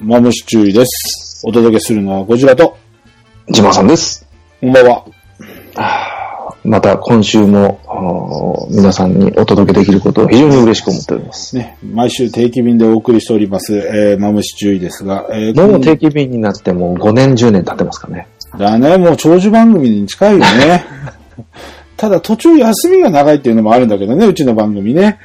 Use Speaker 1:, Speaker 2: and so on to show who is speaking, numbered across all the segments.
Speaker 1: マムシ注意です。お届けするのはゴジラと、
Speaker 2: ジマさんです。
Speaker 1: こんばんは。
Speaker 2: また今週も、あのー皆さんにお届けできることを非常に嬉しく思っております。
Speaker 1: ね、毎週定期便でお送りしております、えー、マムシ注意ですが、えー、
Speaker 2: もう定期便になってもう5年10年経ってますかね。
Speaker 1: だね、もう長寿番組に近いよ ね。ただ途中休みが長いっていうのもあるんだけどね、うちの番組ね。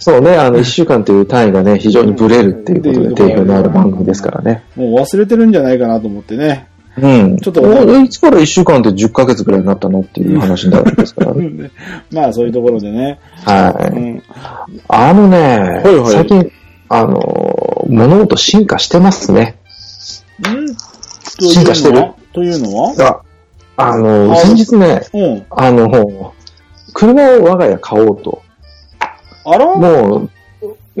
Speaker 2: そうね、あの1週間という単位がね、非常にブレるっていうことで定評のある番組ですからね。
Speaker 1: もう忘れてるんじゃないかなと思ってね。
Speaker 2: うん。
Speaker 1: ちょっと
Speaker 2: おいつから1週間って10ヶ月ぐらいになったのっていう話になるわけですからね。
Speaker 1: まあそういうところでね。
Speaker 2: は
Speaker 1: う
Speaker 2: い。
Speaker 1: ん。
Speaker 2: あのね、
Speaker 1: いはい
Speaker 2: 最近、あのー物事進化してますね。進化してる
Speaker 1: というのは
Speaker 2: あ、あのー
Speaker 1: あ
Speaker 2: 先日ね、
Speaker 1: というのは
Speaker 2: あの、車を我が家買おうと、
Speaker 1: うん。あら
Speaker 2: もう、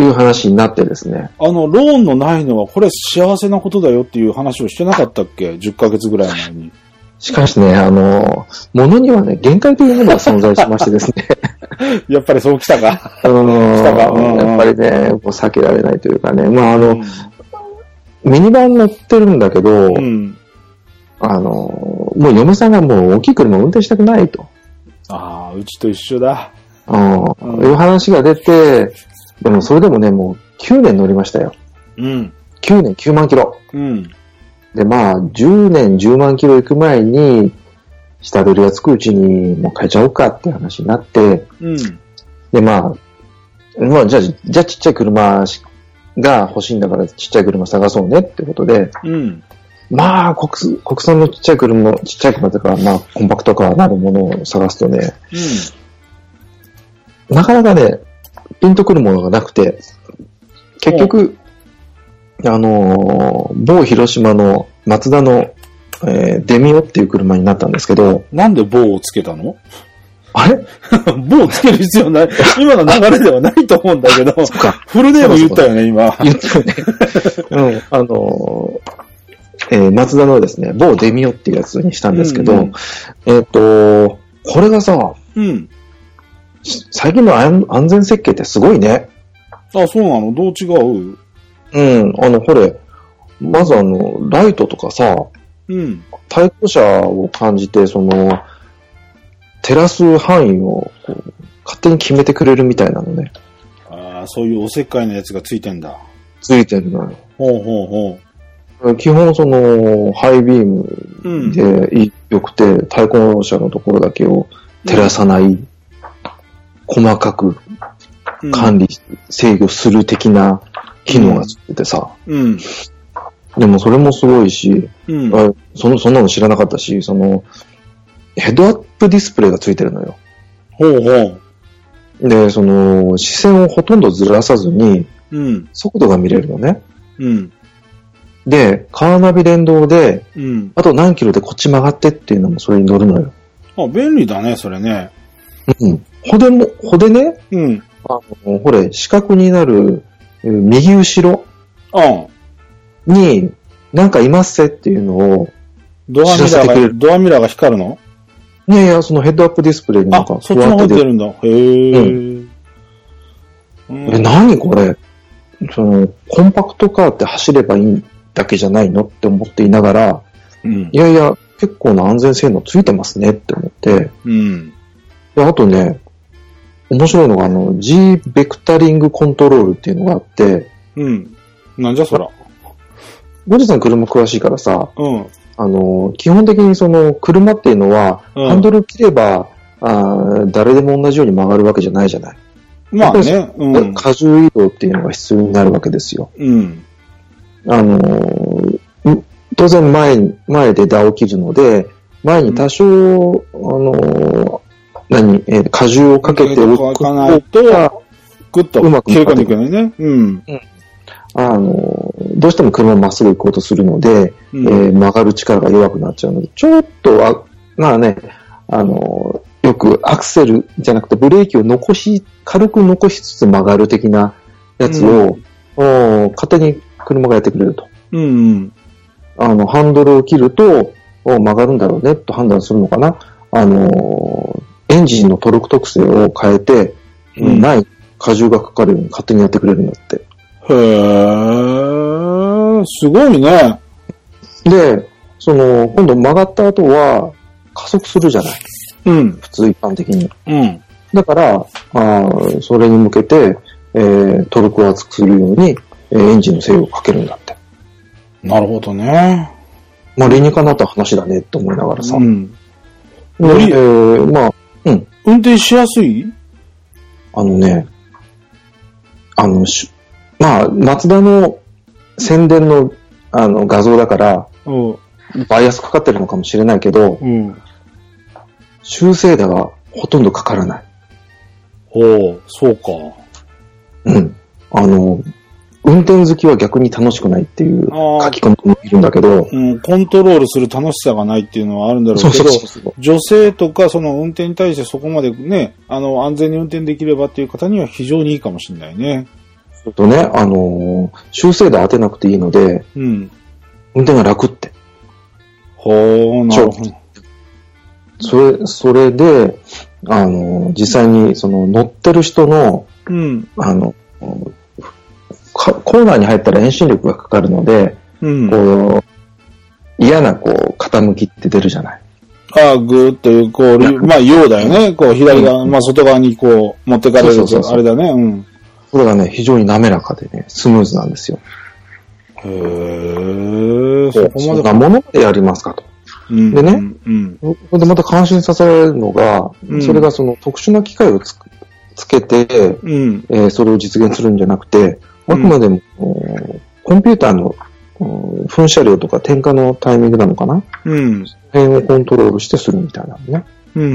Speaker 2: いう話になってですね。
Speaker 1: あの、ローンのないのはこれ幸せなことだよっていう話をしてなかったっけ ?10 ヶ月ぐらい前に。
Speaker 2: しかしね、あの、物にはね、限界というものが存在しまして ですね。
Speaker 1: やっぱりそう来たか。
Speaker 2: あの
Speaker 1: たかうんうん
Speaker 2: やっぱりね、こう避けられないというかね。まあ、あの、
Speaker 1: う
Speaker 2: ミニバン乗ってるんだけど、
Speaker 1: ん。
Speaker 2: あの、もう嫁さんがもう大きい車を運転したくないと、
Speaker 1: ああ、うちと一緒だ。
Speaker 2: うん
Speaker 1: うん
Speaker 2: いう話が出て、でもそれでもね、もう9年乗りましたよ。
Speaker 1: うん。
Speaker 2: 9年9万キロ。
Speaker 1: うん。
Speaker 2: で、まあ、10年10万キロ行く前に、下取りがつくうちに、もう変えちゃおうかって話になって、
Speaker 1: うん。
Speaker 2: で、まあ、まあ、じゃあ、じゃあちっちゃい車が欲しいんだから、ちっちゃい車探そうねってことで、
Speaker 1: うん。
Speaker 2: まあ、国す国産のちっちゃい車、ちっちゃい車とか、まあ、コンパクトカーなるものを探すとね、なかなかね、ピンとくるものがなくて、結局、あのー某広島のマツダの、えーデミオっていう車になったんですけど、
Speaker 1: なんで棒をつけたの
Speaker 2: あれ
Speaker 1: 棒をつける必要ない。今の流れではないと思うんだけど、
Speaker 2: そっか、
Speaker 1: フルネーム言ったよね、今。
Speaker 2: 言ったよね。うん、あのーえーマツダのですね、某デミオっていうやつにしたんですけど、
Speaker 1: うんうん
Speaker 2: えっ、とこれがさ、
Speaker 1: うん。
Speaker 2: し最近の安安全設計ってすごいね。
Speaker 1: あ、そうなのどう違う
Speaker 2: うん、あの、これ、まずあの、ライトとかさ、
Speaker 1: うん。
Speaker 2: 対向車を感じて、その、照らす範囲をこう勝手に決めてくれるみたいなのね。
Speaker 1: ああ、そういうおせっかいのやつがついてんだ。
Speaker 2: ついてるの
Speaker 1: ほうほうほ
Speaker 2: よ。基本その、ハイビーム
Speaker 1: う。うん。
Speaker 2: で良くて、対向車のところだけを照らさない、細かく
Speaker 1: うん
Speaker 2: 管理、制御する的な機能がついててさ。
Speaker 1: うん。
Speaker 2: でもそれもすごいし、
Speaker 1: うん。
Speaker 2: あそのそんなの知らなかったし、その、ヘッドアップディスプレイがついてるのよ。
Speaker 1: ほうほう。
Speaker 2: で、その、視線をほとんどずらさずに、
Speaker 1: うん。
Speaker 2: 速度が見れるのね。
Speaker 1: うん。
Speaker 2: で、カーナビ連動で、
Speaker 1: うん。
Speaker 2: あと何キロでこっち曲がってっていうのもそれに乗るのよ。
Speaker 1: あ、便利だね、それね。
Speaker 2: うん。ほでも、ほでね、
Speaker 1: うん。
Speaker 2: あの、ほれ、視覚になる、えー右後ろ
Speaker 1: あ
Speaker 2: に、なんかいますせっていうのを、
Speaker 1: ドアミ
Speaker 2: 知ら
Speaker 1: ラ
Speaker 2: せてくれ
Speaker 1: ーが、
Speaker 2: る
Speaker 1: ドアミラーが光るの
Speaker 2: いやいや、そのヘッドアップディスプレイにな
Speaker 1: あ
Speaker 2: んか、
Speaker 1: そっちの方
Speaker 2: ふわ
Speaker 1: 入
Speaker 2: っ
Speaker 1: っててるんだ。へーうん
Speaker 2: え、何これその、コンパクトカーって走ればいいだけじゃないのって思っていながら、
Speaker 1: うん
Speaker 2: い。やいや、結構な安全性能ついてますねって思って。
Speaker 1: うん。
Speaker 2: で、あとね、面白いのが、あの、G ベクタリングコントロールっていうのがあって、
Speaker 1: うん。なんじゃそら。
Speaker 2: ゴジさん車詳しいからさ、
Speaker 1: うん。
Speaker 2: あの、基本的にその、車っていうのは、
Speaker 1: うん
Speaker 2: ハンドル切れば、あー誰でも同じように曲がるわけじゃないじゃない。
Speaker 1: まあね。うん。
Speaker 2: 荷重移動っていうのが必要になるわけですよ。
Speaker 1: うん。
Speaker 2: あのーん当然前に、前で打を切るので、前に多少、あのー何、えー荷重をかけて
Speaker 1: 置かないと、ぐっと
Speaker 2: うまく
Speaker 1: 切れ込んでいくのね。うん。
Speaker 2: あの、どうしても車まっすぐ行こうとするので、
Speaker 1: う
Speaker 2: え
Speaker 1: ん。
Speaker 2: ー曲がる力が弱くなっちゃうので、ちょっとは、まあね、あの、よくアクセルじゃなくてブレーキを残し、軽く残しつつ曲がる的なやつを、おー勝手に車がやってくれると。
Speaker 1: うん。
Speaker 2: あの、ハンドルを切ると、おー曲がるんだろうねと判断するのかな。あのー、エンジンのトルク特性を変えて、
Speaker 1: うん。へ
Speaker 2: ない荷重がかかるように勝手にやってくれるんだって。
Speaker 1: ー。ーん、すごいね。
Speaker 2: で、その、今度曲がった後は、加速するじゃない
Speaker 1: うん、
Speaker 2: 普通一般的に。
Speaker 1: うん、
Speaker 2: だから、あーそれに向けて、えートルクを厚くするように、えーエンジンの制御をかけるんだって。
Speaker 1: なるほどね。
Speaker 2: まあ、理にかなった話だね、と思いながらさ。
Speaker 1: うん。
Speaker 2: で
Speaker 1: より
Speaker 2: えーまあ、
Speaker 1: 運転しやすい
Speaker 2: あのね、あの、しまあ、マツダの宣伝のあの画像だから、
Speaker 1: うん、
Speaker 2: バイアスかかってるのかもしれないけど、
Speaker 1: うん。
Speaker 2: 修正打がほとんどかからない。
Speaker 1: おう、そうか。
Speaker 2: うん。あの、運転好きは逆に楽しくないっていう書
Speaker 1: あー
Speaker 2: き込みもいるんだけど、
Speaker 1: うん、コントロールする楽しさがないっていうのはあるんだろうけ
Speaker 2: そ
Speaker 1: ど、
Speaker 2: うそうそう。
Speaker 1: 女性とか、その運転に対してそこまでね、あの、安全に運転できればっていう方には非常にいいかもしれないね。
Speaker 2: ちょっとね、あのー修正打当てなくていいので、
Speaker 1: うん。
Speaker 2: 運転が楽って。
Speaker 1: ほう、なるほど。
Speaker 2: それ、それで、あのー実際にその乗ってる人の
Speaker 1: うん、
Speaker 2: あの、かコーナーに入ったら遠心力がかかるので、
Speaker 1: うん。あ
Speaker 2: こう、嫌なこう、傾きって出るじゃない。
Speaker 1: あ、ぐーっという、こう、りまあ、ようだよね。こう、左側、まあ、外側にこう、持ってかれる
Speaker 2: そうそうそう
Speaker 1: と、
Speaker 2: そう
Speaker 1: あれだね。うん。
Speaker 2: これがね、非常に滑らかでね、スムーズなんですよ。
Speaker 1: へえ、そこまで
Speaker 2: んなものでやりますかと。
Speaker 1: うん
Speaker 2: でね
Speaker 1: うん。
Speaker 2: それでまた感心させられるのが、
Speaker 1: うん
Speaker 2: それがその特殊な機械をつくつけて、
Speaker 1: うん。
Speaker 2: えーそれを実現するんじゃなくて、あくまでも、えーコンピューターの、うん噴射量とか点火のタイミングなのかな
Speaker 1: うん。
Speaker 2: 辺をコントロールしてするみたいなのね。
Speaker 1: うん。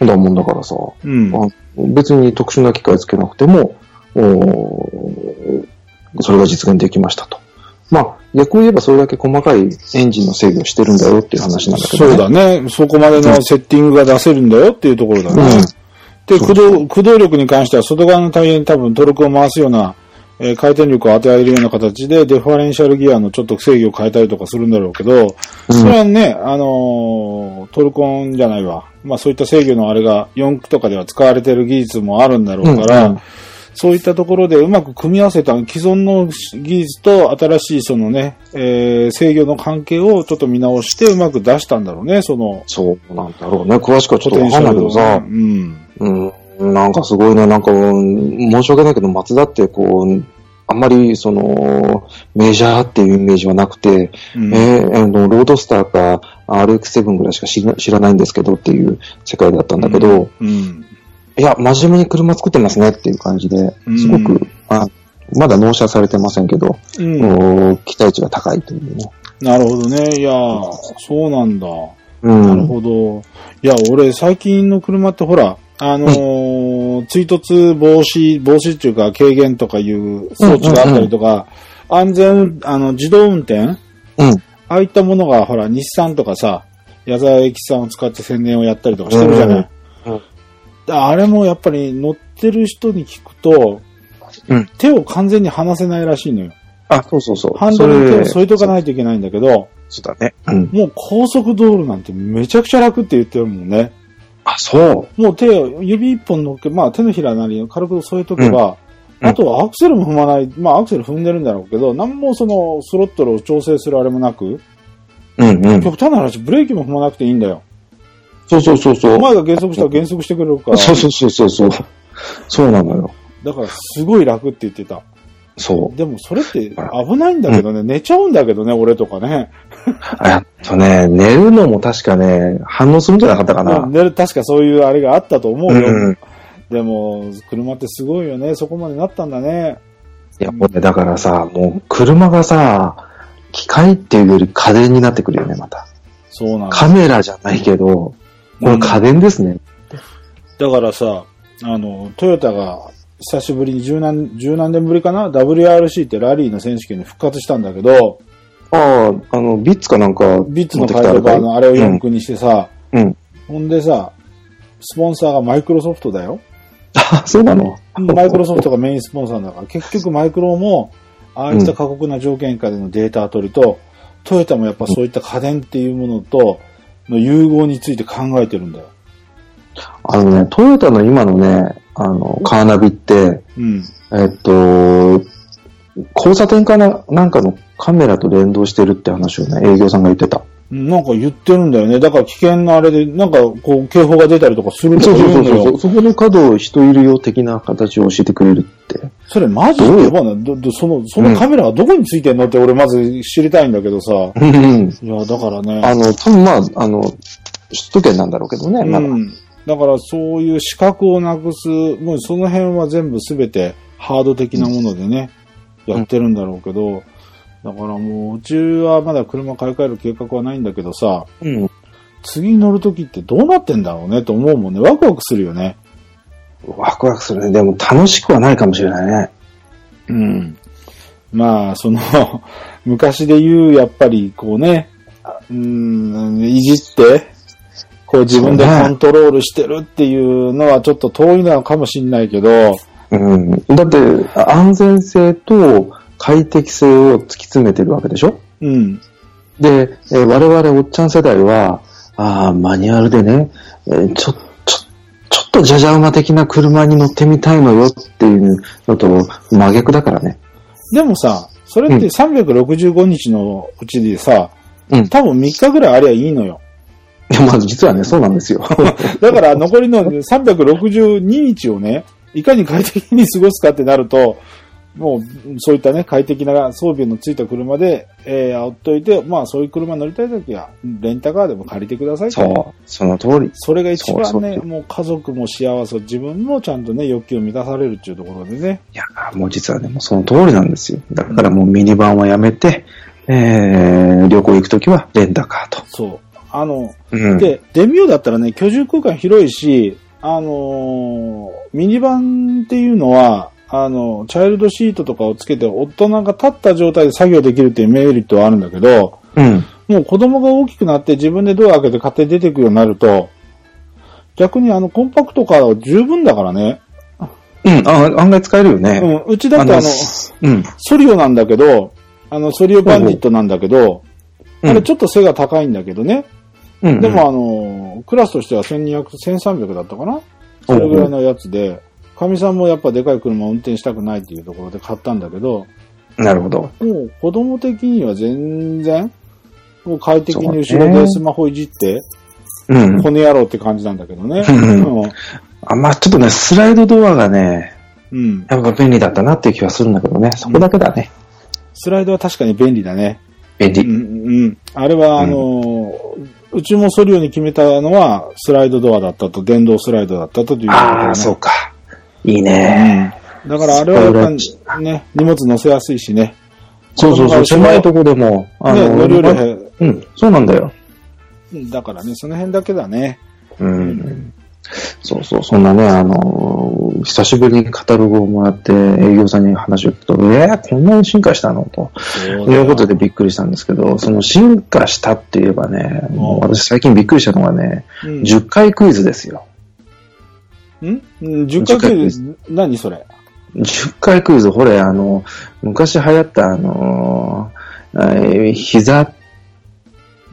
Speaker 1: うん。
Speaker 2: だもんだからさ。
Speaker 1: うん。うん。
Speaker 2: 別に特殊な機械つけなくても、おーそれが実現できましたと。まあ、逆を言えばそれだけ細かいエンジンの制御をしてるんだよっていう話なんだけど、
Speaker 1: そうだね。そこまでのセッティングが出せるんだよっていうところだね。
Speaker 2: うん
Speaker 1: で、駆動、駆動力に関しては、外側のタイヤに多分トルクを回すような、えー回転力を当てられるような形で、デファレンシャルギアのちょっと制御を変えたりとかするんだろうけど、
Speaker 2: うん
Speaker 1: それはね、あのートルコンじゃないわ。まあそういった制御のあれが4駆とかでは使われてる技術もあるんだろうから、
Speaker 2: うんうん
Speaker 1: そういったところでうまく組み合わせた既存の技術と新しいそのね、えー制御の関係をちょっと見直してうまく出したんだろうね、その、
Speaker 2: そうなんだろうね。詳しくはちょっとわかんないけど
Speaker 1: ね
Speaker 2: さ、
Speaker 1: うん。
Speaker 2: うん、なんかすごいな、なんか、うん申し訳ないけど、松田ってこう、あんまり、その、メジャーっていうイメージはなくて、
Speaker 1: うん
Speaker 2: えーあの、ロードスターか RX7 ぐらいしか知ら知らないんですけどっていう世界だったんだけど、
Speaker 1: うん。
Speaker 2: いや、真面目に車作ってますねっていう感じで
Speaker 1: うん、
Speaker 2: すごく、あまだ納車されてませんけど、
Speaker 1: うん。
Speaker 2: お期待値が高いというね。
Speaker 1: なるほどね。いやー、そうなんだ。
Speaker 2: う
Speaker 1: なる
Speaker 2: ん。
Speaker 1: ほど。いや、俺、最近の車ってほら、あのー追突防止、防止っていうか、軽減とかいう装置があったりとか、安全、あの、自動運転
Speaker 2: うん。
Speaker 1: ああいったものが、ほら、日産とかさ、矢沢駅さんを使って宣伝をやったりとかしてるじゃない。
Speaker 2: うんうん
Speaker 1: あれもやっぱり乗ってる人に聞くと、
Speaker 2: うん
Speaker 1: 手を完全に離せないらしいのよ。
Speaker 2: あ、そうそうそう。
Speaker 1: ハンドルに手を
Speaker 2: そ
Speaker 1: 添
Speaker 2: れ
Speaker 1: えとかないといけないんだけど、
Speaker 2: そうだね。うん。
Speaker 1: もう高速道路なんてめちゃくちゃ楽って言ってるもんね。
Speaker 2: あ、そう。
Speaker 1: もう手を指一本乗っけ、まあ手のひらなりを軽く添えとけば、
Speaker 2: うん
Speaker 1: あとはアクセルも踏まない、まあアクセル踏んでるんだろうけど、なんもそのスロットルを調整するあれもなく、
Speaker 2: うんうん。
Speaker 1: 極端な話、ブレーキも踏まなくていいんだよ。
Speaker 2: そうそうそうそ
Speaker 1: お
Speaker 2: う。
Speaker 1: 前が減速したら減速してくれるから、
Speaker 2: そうそうそうそうそう。そうなのよ。
Speaker 1: だからすごい楽って言ってた。
Speaker 2: そう。
Speaker 1: でもそれって危ないんだけどね、寝ちゃうんだけどね、俺とかね。
Speaker 2: あ、やっとね、寝るのも確かね、反応するんじゃなかったか
Speaker 1: うん
Speaker 2: な。
Speaker 1: 寝る確かそういうあれがあったと思
Speaker 2: う
Speaker 1: うよ。
Speaker 2: んうん。
Speaker 1: でも、車ってすごいよね。そこまでなったんだね。
Speaker 2: いや、もうね、だからさ、もう車がさ、機械っていうより家電になってくるよね、また。
Speaker 1: そうなんだ。
Speaker 2: カメラじゃないけど、これ家電ですね。
Speaker 1: だからさ、あの、トヨタが久しぶりに十何、十何年ぶりかな ?WRC ってラリーの選手権に復活したんだけど、
Speaker 2: ああ、あの、ビッツかなんか、
Speaker 1: ビッツのカイドバーのあれを四駆にしてさ、
Speaker 2: うん。
Speaker 1: ほんでさ、スポンサーがマイクロソフトだよ。
Speaker 2: あ、そうなの
Speaker 1: マイクロソフトがメインスポンサーだから、結局マイクロも、ああいった過酷な条件下でのデータ取りと、トヨタもやっぱそういった家電っていうものと、の融合について考えてるんだよ。
Speaker 2: あのね、トヨタの今のね、あの、カーナビって、
Speaker 1: うん。
Speaker 2: えっと、交差点かな、なんかのカメラと連動してるって話をね、営業さんが言ってた。
Speaker 1: なんか言ってるんだよね。だから危険なあれで、なんかこう警報が出たりとかすると
Speaker 2: そ
Speaker 1: か
Speaker 2: う
Speaker 1: 言
Speaker 2: そううん
Speaker 1: だ
Speaker 2: そうそ
Speaker 1: よ
Speaker 2: う。。そこの角を人いるよ的な形を教えてくれるって。
Speaker 1: それマジで
Speaker 2: どうよ
Speaker 1: やばいなどどその、そのカメラがどこについてんのって俺まず知りたいんだけどさ。
Speaker 2: うん。
Speaker 1: いや、だからね。
Speaker 2: あの、多分まあ、あの、首都圏なんだろうけどね、まだ。
Speaker 1: うん。だからそういう資格をなくす、もうその辺は全部すべてハード的なものでね、
Speaker 2: ん
Speaker 1: やってるんだろうけど、だからもう、うちはまだ車買い替える計画はないんだけどさ、
Speaker 2: うん。
Speaker 1: 次に乗るときってどうなってんだろうねと思うもんね。ワクワクするよね。
Speaker 2: ワクワクするね。でも楽しくはないかもしれないね。
Speaker 1: うん。まあ、その、 昔で言う、やっぱりこうね、うん、いじって、こう自分でコントロールしてるっていうのはちょっと遠いのかもしんないけど、
Speaker 2: うん。だって、安全性と快適性を突き詰めてるわけでしょ
Speaker 1: うん。
Speaker 2: で、えー我々おっちゃん世代は、ああ、マニュアルでね、えーちょ、ちょ、ちょっとじゃじゃ馬的な車に乗ってみたいのよっていうのと真逆だからね。
Speaker 1: でもさ、それって365日のうちでさ、
Speaker 2: うん
Speaker 1: 多分3日ぐらいありゃいいのよ。
Speaker 2: いやまあ実はね、そうなんで すよ。
Speaker 1: だから残りの362日をね、いかに快適に過ごすかってなると、もう、そういったね、快適な装備のついた車で、えー、あっといて、まあ、そういう車乗りたいときは、レンタカーでも借りてくださいと
Speaker 2: そう、その通り。
Speaker 1: それが一番ね、
Speaker 2: そうそう
Speaker 1: もう家族も幸せ、自分もちゃんとね、欲求を満たされるっていうところでね。
Speaker 2: いや、もう実はね、もうその通りなんですよ。だからもうミニバンはやめて、えー、旅行行くときはレンタカーと。
Speaker 1: そう。あの、
Speaker 2: うん。
Speaker 1: で、デミオだったらね、居住空間広いし、あのーミニバンっていうのは、あの、チャイルドシートとかをつけて、大人が立った状態で作業できるっていうメリットはあるんだけど、
Speaker 2: うん。
Speaker 1: もう子供が大きくなって自分でドア開けて勝手に出てくるようになると、逆にあの、コンパクトカーは十分だからね。
Speaker 2: うん、あ案外使えるよ
Speaker 1: う
Speaker 2: ね。
Speaker 1: ん、うちだってあの、
Speaker 2: うん。
Speaker 1: ソリオなんだけど、あの、ソリオバンジットなんだけど、
Speaker 2: うん
Speaker 1: あれちょっと背が高いんだけどね。
Speaker 2: うん。
Speaker 1: でもあの、クラスとしては1200、1300だったかな
Speaker 2: うん、
Speaker 1: それぐらいのやつで、かみさんもやっぱでかい車を運転したくないっていうところで買ったんだけど、
Speaker 2: なるほど。
Speaker 1: もう子供的には全然、もう快適に後ろでスマホいじって、
Speaker 2: うん。
Speaker 1: この野郎って感じなんだけどね。
Speaker 2: うんあ、まあちょっとね、スライドドアがね、
Speaker 1: うんうん。
Speaker 2: やっぱ便利だったなっていう気はするんだけどね。そこだけだね。
Speaker 1: スライドは確かに便利だね。
Speaker 2: 便
Speaker 1: うん
Speaker 2: 利。
Speaker 1: うん。あれはあのー、うちもソリオに決めたのは、スライドドアだったと、電動スライドだったという、
Speaker 2: ああ、そうか。いいね。
Speaker 1: うんだからあれはやっぱね、荷物乗せやすいしね。
Speaker 2: そうそうそう。狭いとこでも、あ
Speaker 1: ね、乗り降り
Speaker 2: ま
Speaker 1: は
Speaker 2: うん、そうなんだよ。
Speaker 1: だからね、その辺だけだね。
Speaker 2: うん。そうそう、そんなね、あのー、久しぶりにカタログをもらって営業さんに話を聞くと、えー、こんなに進化したのと。ということでびっくりしたんですけど、その進化したって言えばね、もう私最近びっくりしたのがね、
Speaker 1: うん、
Speaker 2: 10回クイズですよ。
Speaker 1: んうん10回クイズ何それ
Speaker 2: 10回クイズ、ほれ、あの、昔流行った、あのー、えー膝っ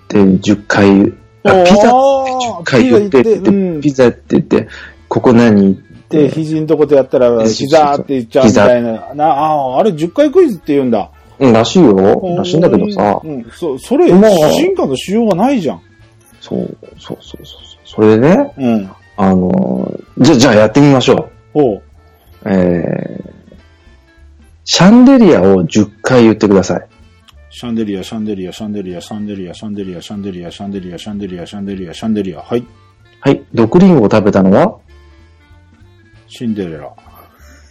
Speaker 2: て10回、あピザ10回言ってって言って、ピ
Speaker 1: ピザ
Speaker 2: ザって言って、ここ
Speaker 1: 言
Speaker 2: 何っ
Speaker 1: って、うん、で
Speaker 2: て、
Speaker 1: 肘のとこでやったら、膝って言っちゃうみたいな。なあー、あれ10回クイズって言うんだ。
Speaker 2: うんらしいよ、らしいんだけどさ、
Speaker 1: うん、そ、それ、
Speaker 2: まあ
Speaker 1: 進化のしようがないじゃん。
Speaker 2: そう、そうそうそうそう。それでね、
Speaker 1: うん。
Speaker 2: あのー、じゃ、じゃあやってみましょ
Speaker 1: おう。
Speaker 2: う。えー、シャンデリアを10回言ってください。
Speaker 1: シャンデリア、シャンデリア、シャンデリア、シャンデリア、シャンデリア、シャンデリア、シャンデリア、シャンデリア、シャンデリア、シャンデリア、はい。
Speaker 2: はい、毒リンゴを食べたのは、
Speaker 1: シンデレラ。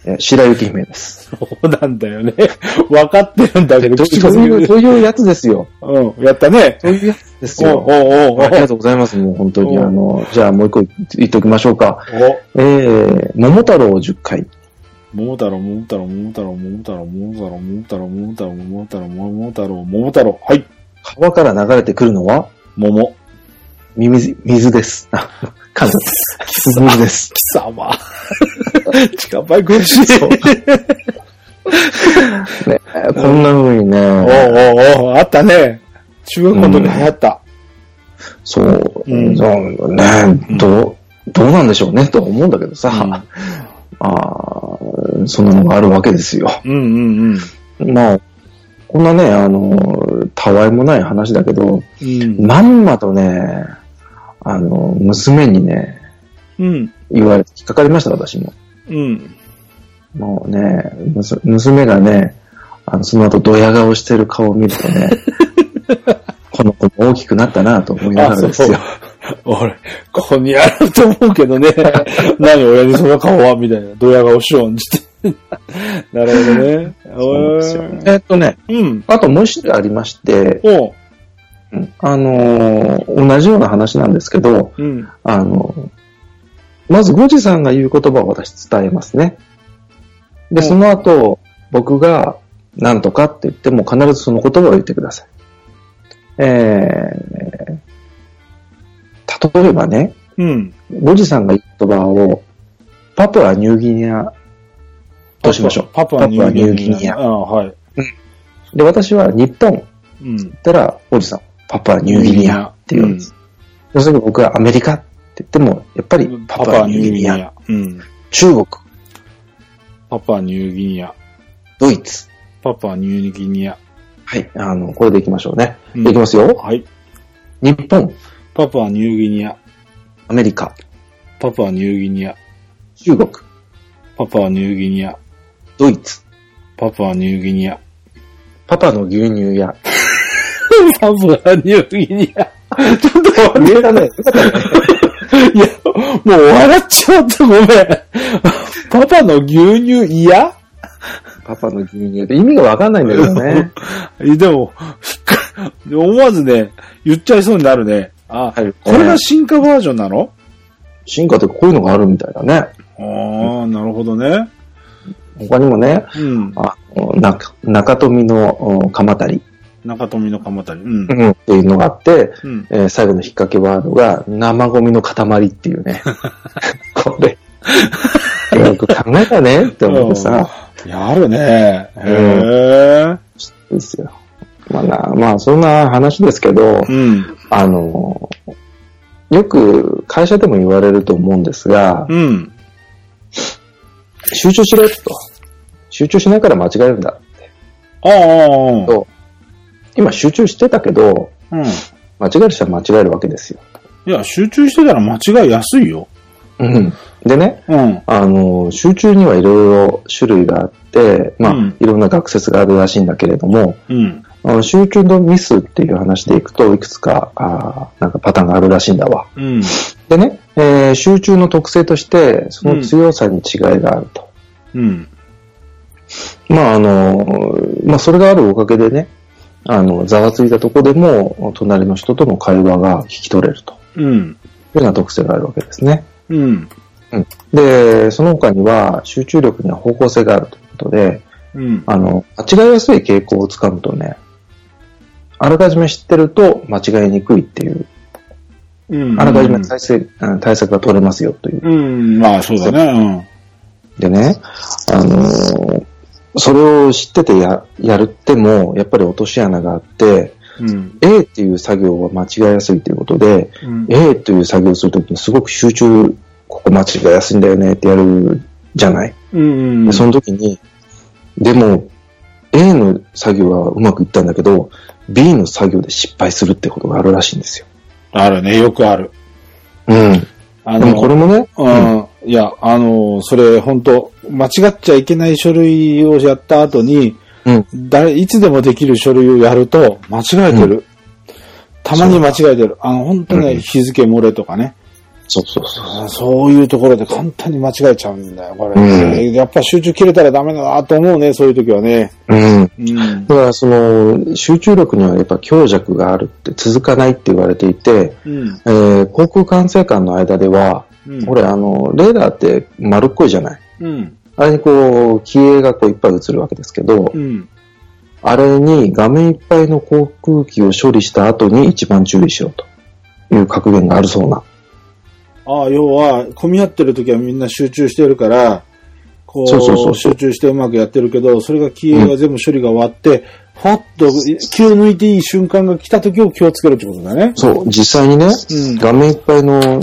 Speaker 2: えー白雪姫です。
Speaker 1: そうなんだよね。 分かってるんだけど、口が
Speaker 2: そう
Speaker 1: 過ぎ
Speaker 2: いう、
Speaker 1: る
Speaker 2: そういうやつですよ。
Speaker 1: うん、やったね。
Speaker 2: そういうやつで
Speaker 1: お
Speaker 2: す
Speaker 1: う
Speaker 2: よ。
Speaker 1: おうおうお
Speaker 2: ありが
Speaker 1: う
Speaker 2: とうございます。もう本当に、
Speaker 1: お
Speaker 2: あの、じゃあもう一個言っときましょうか。
Speaker 1: お
Speaker 2: えー、桃太郎を10回。
Speaker 1: 桃太郎、桃太郎、桃太郎、桃太郎、桃太郎、桃太郎、桃太郎、桃太郎、桃太郎、桃太郎、はい、
Speaker 2: 川から流れてくるのは、
Speaker 1: 桃。
Speaker 2: ミミズ、水です。あ、噛んじゃった。キス水です。
Speaker 1: 貴様。近場軍師。おう
Speaker 2: ね、こんな風にね、
Speaker 1: おうおう、あったね。中学校の時流行った。
Speaker 2: そう、
Speaker 1: うん
Speaker 2: そうね、どう、どうなんでしょうね、とは思うんだけどさ、
Speaker 1: うん
Speaker 2: ああーそんなのがあるわけですよ。
Speaker 1: うんうんうん。
Speaker 2: まあ、こんなね、あの、たわいもない話だけど、
Speaker 1: うん。
Speaker 2: まんまとね、あの、娘にね、
Speaker 1: うん。
Speaker 2: 言われて引っかかりました、私も。
Speaker 1: うん。
Speaker 2: もうね、むす娘がね、あのその後ドヤ顔してる顔を見ると ね、この子も大きくなったなと思いながらですよ。
Speaker 1: 俺、ここにあると思うけどね。何、親にその顔はみたいな。ドヤ顔しようんじって。なるほどね。
Speaker 2: そうですよ
Speaker 1: へー
Speaker 2: えっとね、
Speaker 1: うん。
Speaker 2: あともう一人ありまして、
Speaker 1: おう。
Speaker 2: あのー同じような話なんですけど、
Speaker 1: うん。
Speaker 2: あのまずゴジさんが言う言葉を私伝えますね。で、
Speaker 1: うん
Speaker 2: その後、僕が何とかって言っても必ずその言葉を言ってください。えー、例えばね、
Speaker 1: うん。
Speaker 2: ゴジさんが言う言葉をパプアニューギニアとしましょ
Speaker 1: パプアニューギニア。ああ、はい。
Speaker 2: う。で、私は日本って
Speaker 1: うん
Speaker 2: 言。ったら、ゴジさん、パプアニューギニアって言うんです。要するに僕はアメリカって言っても、やっぱり
Speaker 1: うん
Speaker 2: パプアニューギニア、。
Speaker 1: うん。
Speaker 2: 中国、
Speaker 1: パプアニューギニア。
Speaker 2: ドイツ。
Speaker 1: パプアニューギニア。
Speaker 2: はい。あの、これでいきましょうね。
Speaker 1: うん
Speaker 2: いきますよ。
Speaker 1: はい。
Speaker 2: 日本、
Speaker 1: パプアニューギニア。
Speaker 2: アメリカ、
Speaker 1: パプアニューギニア。
Speaker 2: 中国、
Speaker 1: パプアニューギニア。
Speaker 2: ドイツ、
Speaker 1: パプアニューギニア。
Speaker 2: パパの牛乳 屋。
Speaker 1: パプアニューギニア。ちょっと待
Speaker 2: 言えたね。
Speaker 1: って、いや、もう笑っちゃった、ごめん。パパの牛乳嫌
Speaker 2: パパの牛乳って意味がわかんないんだけど ね。
Speaker 1: えでも、 ひっか思わずね、言っちゃいそうになるね。あ、
Speaker 2: はい
Speaker 1: これが進化バージョンなの
Speaker 2: 進化ってこういうのがあるみたいだね。
Speaker 1: ああ、なるほどね。
Speaker 2: 他にもね、
Speaker 1: うん。
Speaker 2: あの中中富のお鎌足り、
Speaker 1: 中富の鎌足り。うん。
Speaker 2: っていうのがあって、
Speaker 1: うん。
Speaker 2: えー最後の引っ掛けワードが生ゴミの塊ってい うね。これ。よく考えたねって思ってさ。
Speaker 1: やるね。へえ。
Speaker 2: ですよ。まあな、まあそんな話ですけど、
Speaker 1: うん。
Speaker 2: あの、よく会社でも言われると思うんですが、
Speaker 1: うん。
Speaker 2: 集中しろと。集中しないから間違えるんだ。
Speaker 1: ああ、あああ
Speaker 2: 今集中してたけど、
Speaker 1: あ、うん。
Speaker 2: 間違える人は間違えるわけですよ。
Speaker 1: いや、集中してたら間違いやすいよ。
Speaker 2: うん。でね、
Speaker 1: うん。
Speaker 2: あの、集中にはいろいろ種類があって、まあ、
Speaker 1: うん
Speaker 2: いろんな学説があるらしいんだけれども、
Speaker 1: うん。
Speaker 2: あの集中のミスっていう話でいくといくつか、あーなんかパターンがあるらしいんだわ。
Speaker 1: うん。
Speaker 2: でね、えー集中の特性として、その強さに違いがあると。
Speaker 1: うん。
Speaker 2: まあ、あの、まあ、それがあるおかげでね、あの、ざわついたとこでも、隣の人との会話が聞き取れると
Speaker 1: うん。
Speaker 2: いうような特性があるわけですね。
Speaker 1: うん。
Speaker 2: で、その他には、集中力には方向性があるということで、
Speaker 1: うん。
Speaker 2: あの、間違いやすい傾向をつかむとね、あらかじめ知ってると間違いにくいっていう、
Speaker 1: うん。
Speaker 2: あらかじめ対策,うん、対策が取れますよという
Speaker 1: うん。まあ、そうだね。
Speaker 2: でね、あのーそれを知っててや、やるっても、やっぱり落とし穴があって、
Speaker 1: うん。うん。
Speaker 2: A っていう作業は間違いやすいということで、
Speaker 1: うん。
Speaker 2: A という作業をするときにすごく集中、ここ間違いやすいんだよねってやるじゃない。
Speaker 1: うん。う
Speaker 2: で
Speaker 1: ん。
Speaker 2: その時に、でも、A の作業はうまくいったんだけど、B の作業で失敗するってことがあるらしいんですよ。
Speaker 1: あるね。よくある。
Speaker 2: うん。
Speaker 1: あ
Speaker 2: でもこれもね、
Speaker 1: うんいや、あの、それ、本当間違っちゃいけない書類をやった後に、
Speaker 2: うん
Speaker 1: 誰、いつでもできる書類をやると、間違えてる。たまに間違えてる。あの、本当ね、
Speaker 2: うん
Speaker 1: 日付漏れとかね、
Speaker 2: そうそうそう。
Speaker 1: あそういうところで簡単に間違えちゃうんだよ、これ。
Speaker 2: うん
Speaker 1: やっぱ集中切れたらダメだなと思うね、そういう時はね。
Speaker 2: うん。
Speaker 1: うん。
Speaker 2: だからその集中力にはやっぱ強弱があるって続かないって言われていて、
Speaker 1: うん。
Speaker 2: えー航空管制官の間では、
Speaker 1: うん。
Speaker 2: これあの、レーダーって丸っこいじゃない
Speaker 1: うん。
Speaker 2: あれにこう、機影がこういっぱい映るわけですけど
Speaker 1: う、ん。
Speaker 2: あれに画面いっぱいの航空機を処理した後に一番注意しろという格言があるそうな。
Speaker 1: ああ、要は、混み合ってる時はみんな集中してるから、こう、
Speaker 2: そうそうそうそう
Speaker 1: 集中してうまくやってるけど、それが消えが全部処理が終わって、ほっと気を抜いていい瞬間が来た時を気をつけるってことだね。
Speaker 2: そう、実際にね、
Speaker 1: うん
Speaker 2: 画面いっぱいの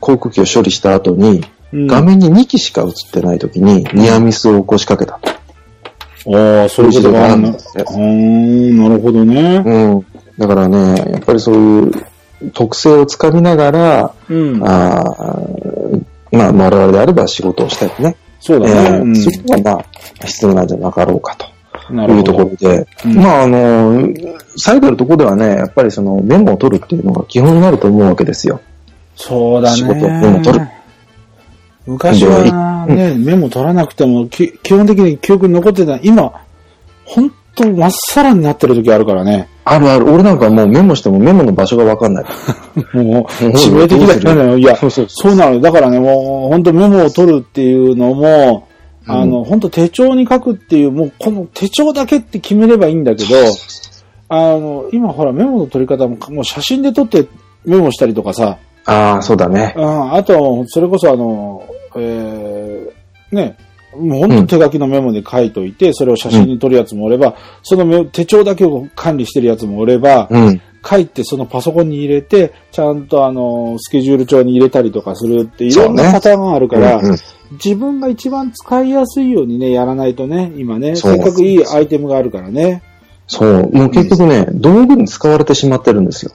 Speaker 2: 航空機を処理した後に、
Speaker 1: うん
Speaker 2: 画面に2機しか映ってない時にニアミスを起こしかけたと。
Speaker 1: ああ、そういうことがある
Speaker 2: そうい
Speaker 1: な。
Speaker 2: うことがあるんですよ
Speaker 1: うーん、なるほどね。
Speaker 2: うん。だからね、やっぱりそういう特性をつかみながら、
Speaker 1: うん。
Speaker 2: あーまあ、我々であれば仕事をしたりね、
Speaker 1: そう
Speaker 2: え
Speaker 1: だね。
Speaker 2: ー
Speaker 1: うん
Speaker 2: そういうのが、まあ、必要なんじゃなかろうかと
Speaker 1: な
Speaker 2: いう
Speaker 1: る
Speaker 2: とこ
Speaker 1: ほ
Speaker 2: ろで、
Speaker 1: うん
Speaker 2: まあ、あの、最後のところではね、やっぱりそのメモを取るっていうのが基本になると思うわけですよ。
Speaker 1: そうだね。
Speaker 2: 仕事メモ取る
Speaker 1: 昔はね、メモ取らなくても、き基本的に記憶に残ってた。今、本当まっさらになってる時あるからね。
Speaker 2: あるある。俺なんかもうメモしてもメモの場所が わかんない。
Speaker 1: もう、
Speaker 2: うん
Speaker 1: 致命的だよね。いや、
Speaker 2: うそう
Speaker 1: そうなの。だからね、もう、本当メモを取るっていうのも、
Speaker 2: うん
Speaker 1: あの、本当手帳に書くっていう、もうこの手帳だけって決めればいいんだけど、あの、今ほらメモの取り方も、もう写真で撮ってメモしたりとかさ、
Speaker 2: ああ、そうだね。
Speaker 1: うん、あと、それこそあの、えー、ね、もう本当手書きのメモで書いといて、それを写真に撮るやつもおれば、そのメ手帳だけを管理してるやつもおれば、
Speaker 2: うん。
Speaker 1: 書いてそのパソコンに入れて、ちゃんとあの、スケジュール帳に入れたりとかするって、いろん
Speaker 2: そう
Speaker 1: な
Speaker 2: ね
Speaker 1: パターンがあるから、
Speaker 2: うんうん
Speaker 1: 自分が一番使いやすいようにね、やらないとね、今ね、
Speaker 2: そう
Speaker 1: せっかくいいアイテムがあるからね。
Speaker 2: そう。もう結局ね、道具に使われてしまってるんですよ。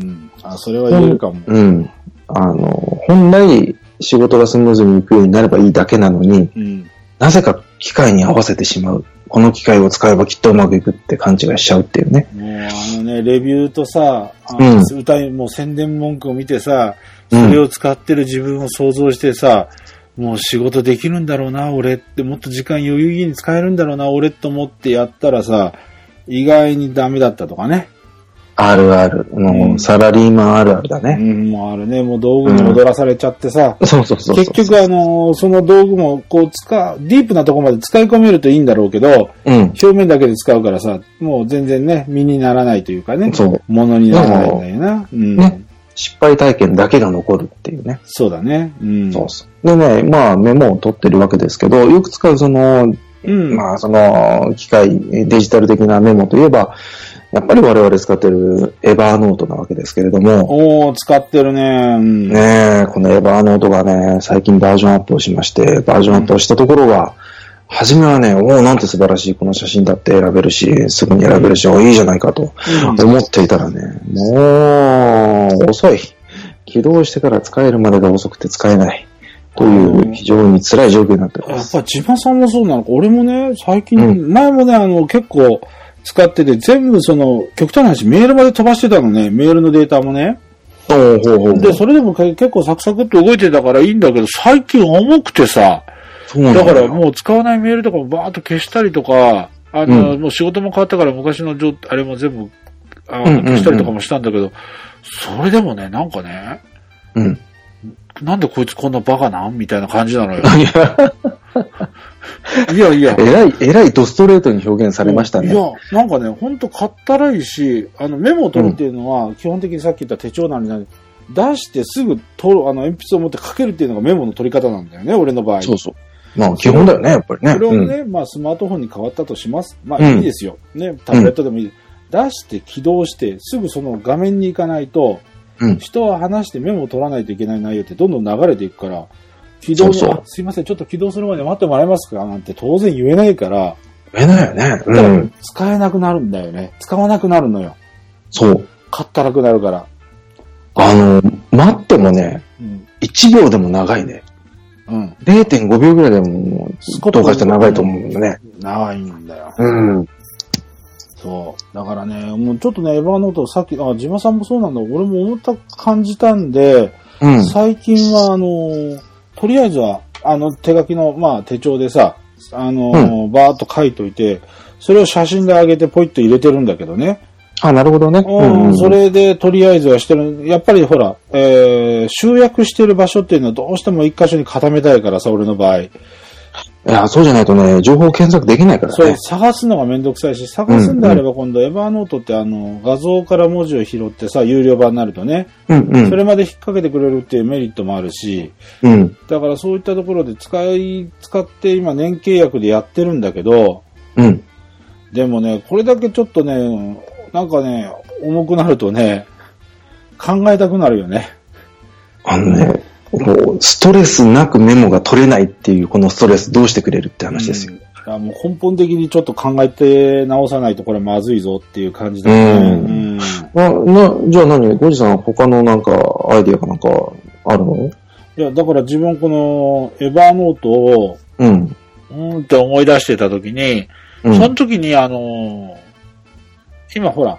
Speaker 1: うん。あ、それは言えるかも。
Speaker 2: うん。あの、本来仕事がスムーズにいくようになればいいだけなのに、
Speaker 1: うん。
Speaker 2: なぜか機械に合わせてしまう。この機械を使えばきっとうまくいくって勘違いしちゃうっていうね。
Speaker 1: もうあのね、レビューとさ、あ
Speaker 2: うん
Speaker 1: 歌い、もう宣伝文句を見てさ、それを使ってる自分を想像してさ、もう仕事できるんだろうな、俺って、もっと時間余裕に使えるんだろうな、俺と思ってやったらさ、意外にダメだったとかね。
Speaker 2: あるある。もう
Speaker 1: うん
Speaker 2: サラリーマンあるあるだ
Speaker 1: う
Speaker 2: ね。
Speaker 1: ん、もうあれね、もう道具に踊らされちゃってさ、
Speaker 2: そうそうそうそう。
Speaker 1: 結局あのーその道具もこう使う、ディープなとこまで使い込めるといいんだろうけど、
Speaker 2: うん。
Speaker 1: 表面だけで使うからさ、もう全然ね、身にならないというかね、
Speaker 2: そう。
Speaker 1: ものにならないんだよな。うん。
Speaker 2: ね失敗体験だけが残るっていうね。
Speaker 1: そうだね。うん。
Speaker 2: そうそう。でね、まあメモを取ってるわけですけど、よく使うその、
Speaker 1: うん。
Speaker 2: まあその機械、デジタル的なメモといえば、やっぱり我々使ってるエバーノートなわけですけれども、
Speaker 1: おー、使ってるね。うん。
Speaker 2: ねえ、このエバーノートがね、最近バージョンアップをしまして、バージョンアップをしたところが、初めはね、おお、なんて素晴らしい、この写真だって選べるし、すぐに選べるし、おいいじゃないかと
Speaker 1: うん
Speaker 2: 思っていたらね、もう、遅い。起動してから使えるまでが遅くて使えない。というう、
Speaker 1: ん
Speaker 2: 非常に辛い状況になっており
Speaker 1: や
Speaker 2: ま
Speaker 1: っ
Speaker 2: す。
Speaker 1: ぱ、千葉さんもそうなのか。俺もね、最近、
Speaker 2: う
Speaker 1: 前もね、あの、結構使ってて、全部その、極端な話、メールまで飛ばしてたのね。メールのデータもね。
Speaker 2: ほうほうほう
Speaker 1: で、それでもけ結構サクサクっと動いてたからいいんだけど、最近重くてさ、
Speaker 2: そうなん
Speaker 1: だ
Speaker 2: だ
Speaker 1: から
Speaker 2: よ
Speaker 1: もう使わないメールとかもバーッと消したりとか、あの、もう仕事も変わったから昔の状あれも全部、あの
Speaker 2: うんうんうん
Speaker 1: 消したりとかもしたんだけど、それでもね、なんかね、
Speaker 2: うん。
Speaker 1: なんでこいつこんなバカなんみたいな感じなの よ。いやいや。
Speaker 2: えらい、えらいドストレートに表現されました
Speaker 1: い
Speaker 2: ね。
Speaker 1: や、なんかね、ほんとかったらいし、あの、メモを取るっていうのは、基本的にさっき言った手帳なんで、出してすぐ取る、あの、鉛筆を持って書けるっていうのがメモの取り方なんだよね、俺の場合。
Speaker 2: そうそう。まあ、基本だよね、やっぱりね。
Speaker 1: それを
Speaker 2: うん
Speaker 1: ね、まあ、スマートフォンに変わったとします。ま
Speaker 2: う
Speaker 1: あ、
Speaker 2: ん
Speaker 1: いいですよ。ね、タブレットでもいい。出して起動して、すぐその画面に行かないと、
Speaker 2: うん
Speaker 1: 人は話してメモを取らないといけない内容ってどんどん流れていくから、起動に
Speaker 2: そうそう
Speaker 1: あすいません、ちょっと起動するまで待ってもらえますかなんて当然言えないから、
Speaker 2: えないよね。
Speaker 1: だか
Speaker 2: う
Speaker 1: ら
Speaker 2: ん。
Speaker 1: 使えなくなるんだよね。使わなくなるのよ。
Speaker 2: そう。
Speaker 1: かったらくなるから。
Speaker 2: あの、待ってもね、
Speaker 1: うん。
Speaker 2: 1秒でも長いね。
Speaker 1: うん。
Speaker 2: 0.5秒ぐらいでもも
Speaker 1: スコッ
Speaker 2: う、
Speaker 1: プ
Speaker 2: 動画して長いと思うんだね。
Speaker 1: 長いんだよ。
Speaker 2: うん。
Speaker 1: そう。だからね、もうちょっとね、エヴァノートさっき、あ、ジマさんもそうなんだ。俺も思った、感じたんで、
Speaker 2: うん。
Speaker 1: 最近は、あのーとりあえずは、あの、手書きの、まあ、手帳でさ、あのーバーっと書いといて、それを写真で上げてポイッと入れてるんだけどね。
Speaker 2: あ、なるほどね。
Speaker 1: うん、そ。れでとりあえずはしてる。やっぱりほら、えー、集約してる場所っていうのはどうしても一箇所に固めたいからさ、俺の場合。
Speaker 2: いや、そうじゃないとね、情報検索できないから
Speaker 1: そう
Speaker 2: ね。、
Speaker 1: 探すのがめんどくさいし、探すんであれば今度、エヴァーノートってあの、画像から文字を拾ってさ、有料版になるとね、
Speaker 2: うんう
Speaker 1: そ
Speaker 2: ん。
Speaker 1: れまで引っ掛けてくれるっていうメリットもあるし、
Speaker 2: うん。
Speaker 1: だからそういったところで使い、使って今年契約でやってるんだけど、
Speaker 2: うん。
Speaker 1: でもね、これだけちょっとね、なんかね、重くなるとね、考えたくなるよね。
Speaker 2: あのね、こう、ストレスなくメモが取れないっていう、このストレスどうしてくれるって話ですよ。
Speaker 1: うんいやもう根本的にちょっと考えて直さないとこれまずいぞっていう感じだね。
Speaker 2: う
Speaker 1: うん。
Speaker 2: あ、な、じゃあ何ゴジさん他のなんかアイディアかなんかあるの
Speaker 1: いや、だから自分このエバーノートを、
Speaker 2: うん。
Speaker 1: うーんって思い出してた時に、
Speaker 2: うん。
Speaker 1: その時にあのー今ほら、